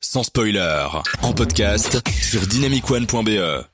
sans spoiler, en podcast sur dynamicone.be.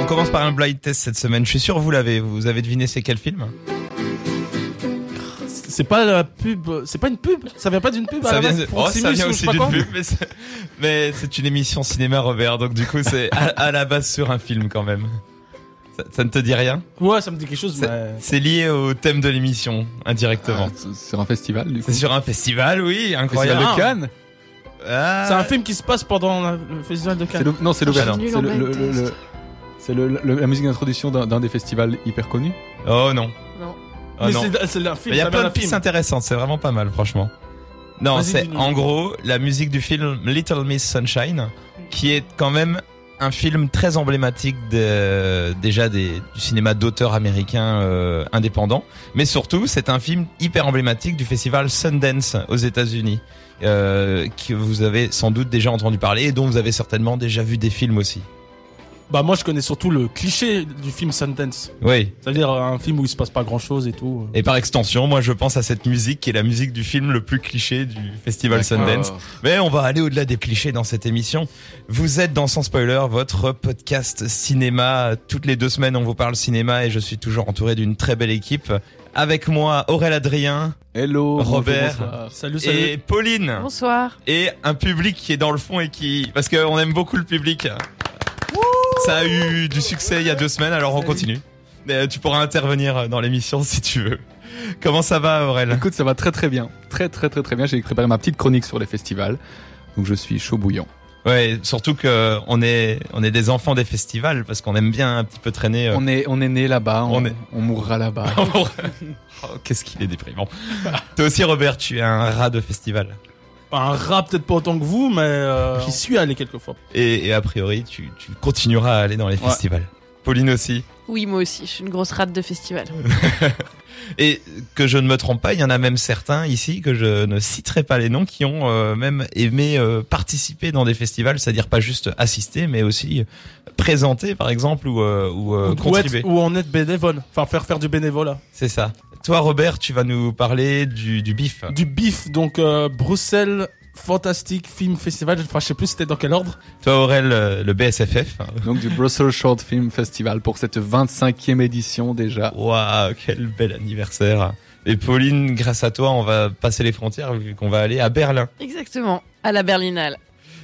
On commence par un blind test cette semaine. Je suis sûr que vous l'avez. Vous avez deviné c'est quel film C'est pas la pub, c'est pas une pub, ça vient pas d'une pub. à Bah, la base. de- oh, Proximus, ça vient ou je aussi sais pas d'une quoi. pub, mais c'est- mais c'est une émission cinéma, Robert. Donc du coup, c'est à, à la base sur un film quand même. Ça, ça ne te dit rien Ouais, ça me dit quelque chose. mais- C'est lié au thème de l'émission indirectement. Ah, sur un festival, du coup. c'est sur un festival, oui, incroyable. Festival de Cannes Ah. C'est un film qui se passe pendant la- le festival de C'est Cannes. le- Non, c'est l'ouverture. Ah, non. C'est le- le- le- Nuremberg le- C'est le- le- la musique d'introduction d'un d'un des festivals hyper connus. Oh non. Non. Oh, mais non. c'est- c'est un film. Il y ça a vient plein de d'un film. pistes intéressantes, c'est vraiment pas mal, franchement. Non, Vas-y, c'est dis-nous. en gros la musique du film Little Miss Sunshine, qui est quand même un film très emblématique de- déjà des- du cinéma d'auteurs américains euh, indépendants, mais surtout c'est un film hyper emblématique du festival Sundance aux États-Unis, euh, que vous avez sans doute déjà entendu parler et dont vous avez certainement déjà vu des films aussi. Bah moi je connais surtout le cliché du film Sundance. Oui. C'est-à-dire euh, un film où il se passe pas grand-chose et tout. Et par extension, moi je pense à cette musique qui est la musique du film le plus cliché du festival Sundance. Mais on va aller au-delà des clichés dans cette émission. Vous êtes dans Sans Spoiler, votre podcast cinéma. Toutes les deux semaines, on vous parle cinéma et je suis toujours entouré d'une très belle équipe. Avec moi, Aurel Adrien Hello bonjour, Robert. bonsoir. Bah, Salut, salut. Ah. et Hein. Pauline. Bonsoir. Et un public qui est dans le fond et qui... Parce qu'on aime beaucoup le public. Ça a eu du succès il y a deux semaines, alors on continue. Euh, Tu pourras intervenir dans l'émission si tu veux. Comment ça va, Aurel Écoute, ça va très très bien. Très très très très bien. J'ai préparé ma petite chronique sur les festivals. Donc je suis chaud bouillant. Ouais, surtout que on est on est des enfants des festivals parce qu'on aime bien un petit peu traîner. euh. On est, on est né là-bas, on, On est- on mourra là-bas. Oh, Qu'est-ce qu'il est déprimant. Toi aussi Robert, tu es un rat de festival. Un rat peut-être pas autant que vous, mais euh, j'y suis allé quelques fois. Et, et a priori, tu, tu continueras à aller dans les Ouais. festivals. Pauline aussi. Oui, moi aussi, je suis une grosse rate de festival. Et que je ne me trompe pas, il y en a même certains ici que je ne citerai pas les noms qui ont euh, même aimé euh, participer dans des festivals, c'est-à-dire pas juste assister, mais aussi présenter par exemple ou, euh, ou, euh, Ou de- ou contribuer. être- Ou en être bénévole. Enfin faire faire du bénévolat. C'est ça. Toi, Robert, tu vas nous parler du, du bif. Du bif, donc euh, Bruxelles Fantastic Film Festival. Enfin je sais plus c'était dans quel ordre. Toi, Aurel, euh, le BSFF. Donc du Brussels Short Film Festival pour cette 25e édition déjà. Waouh, quel bel anniversaire. Et Pauline, grâce à toi, on va passer les frontières vu qu'on va aller à Berlin. Exactement, à la Berlinale.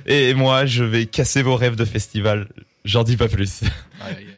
Et moi, je vais casser vos rêves de festival. J'en dis pas plus.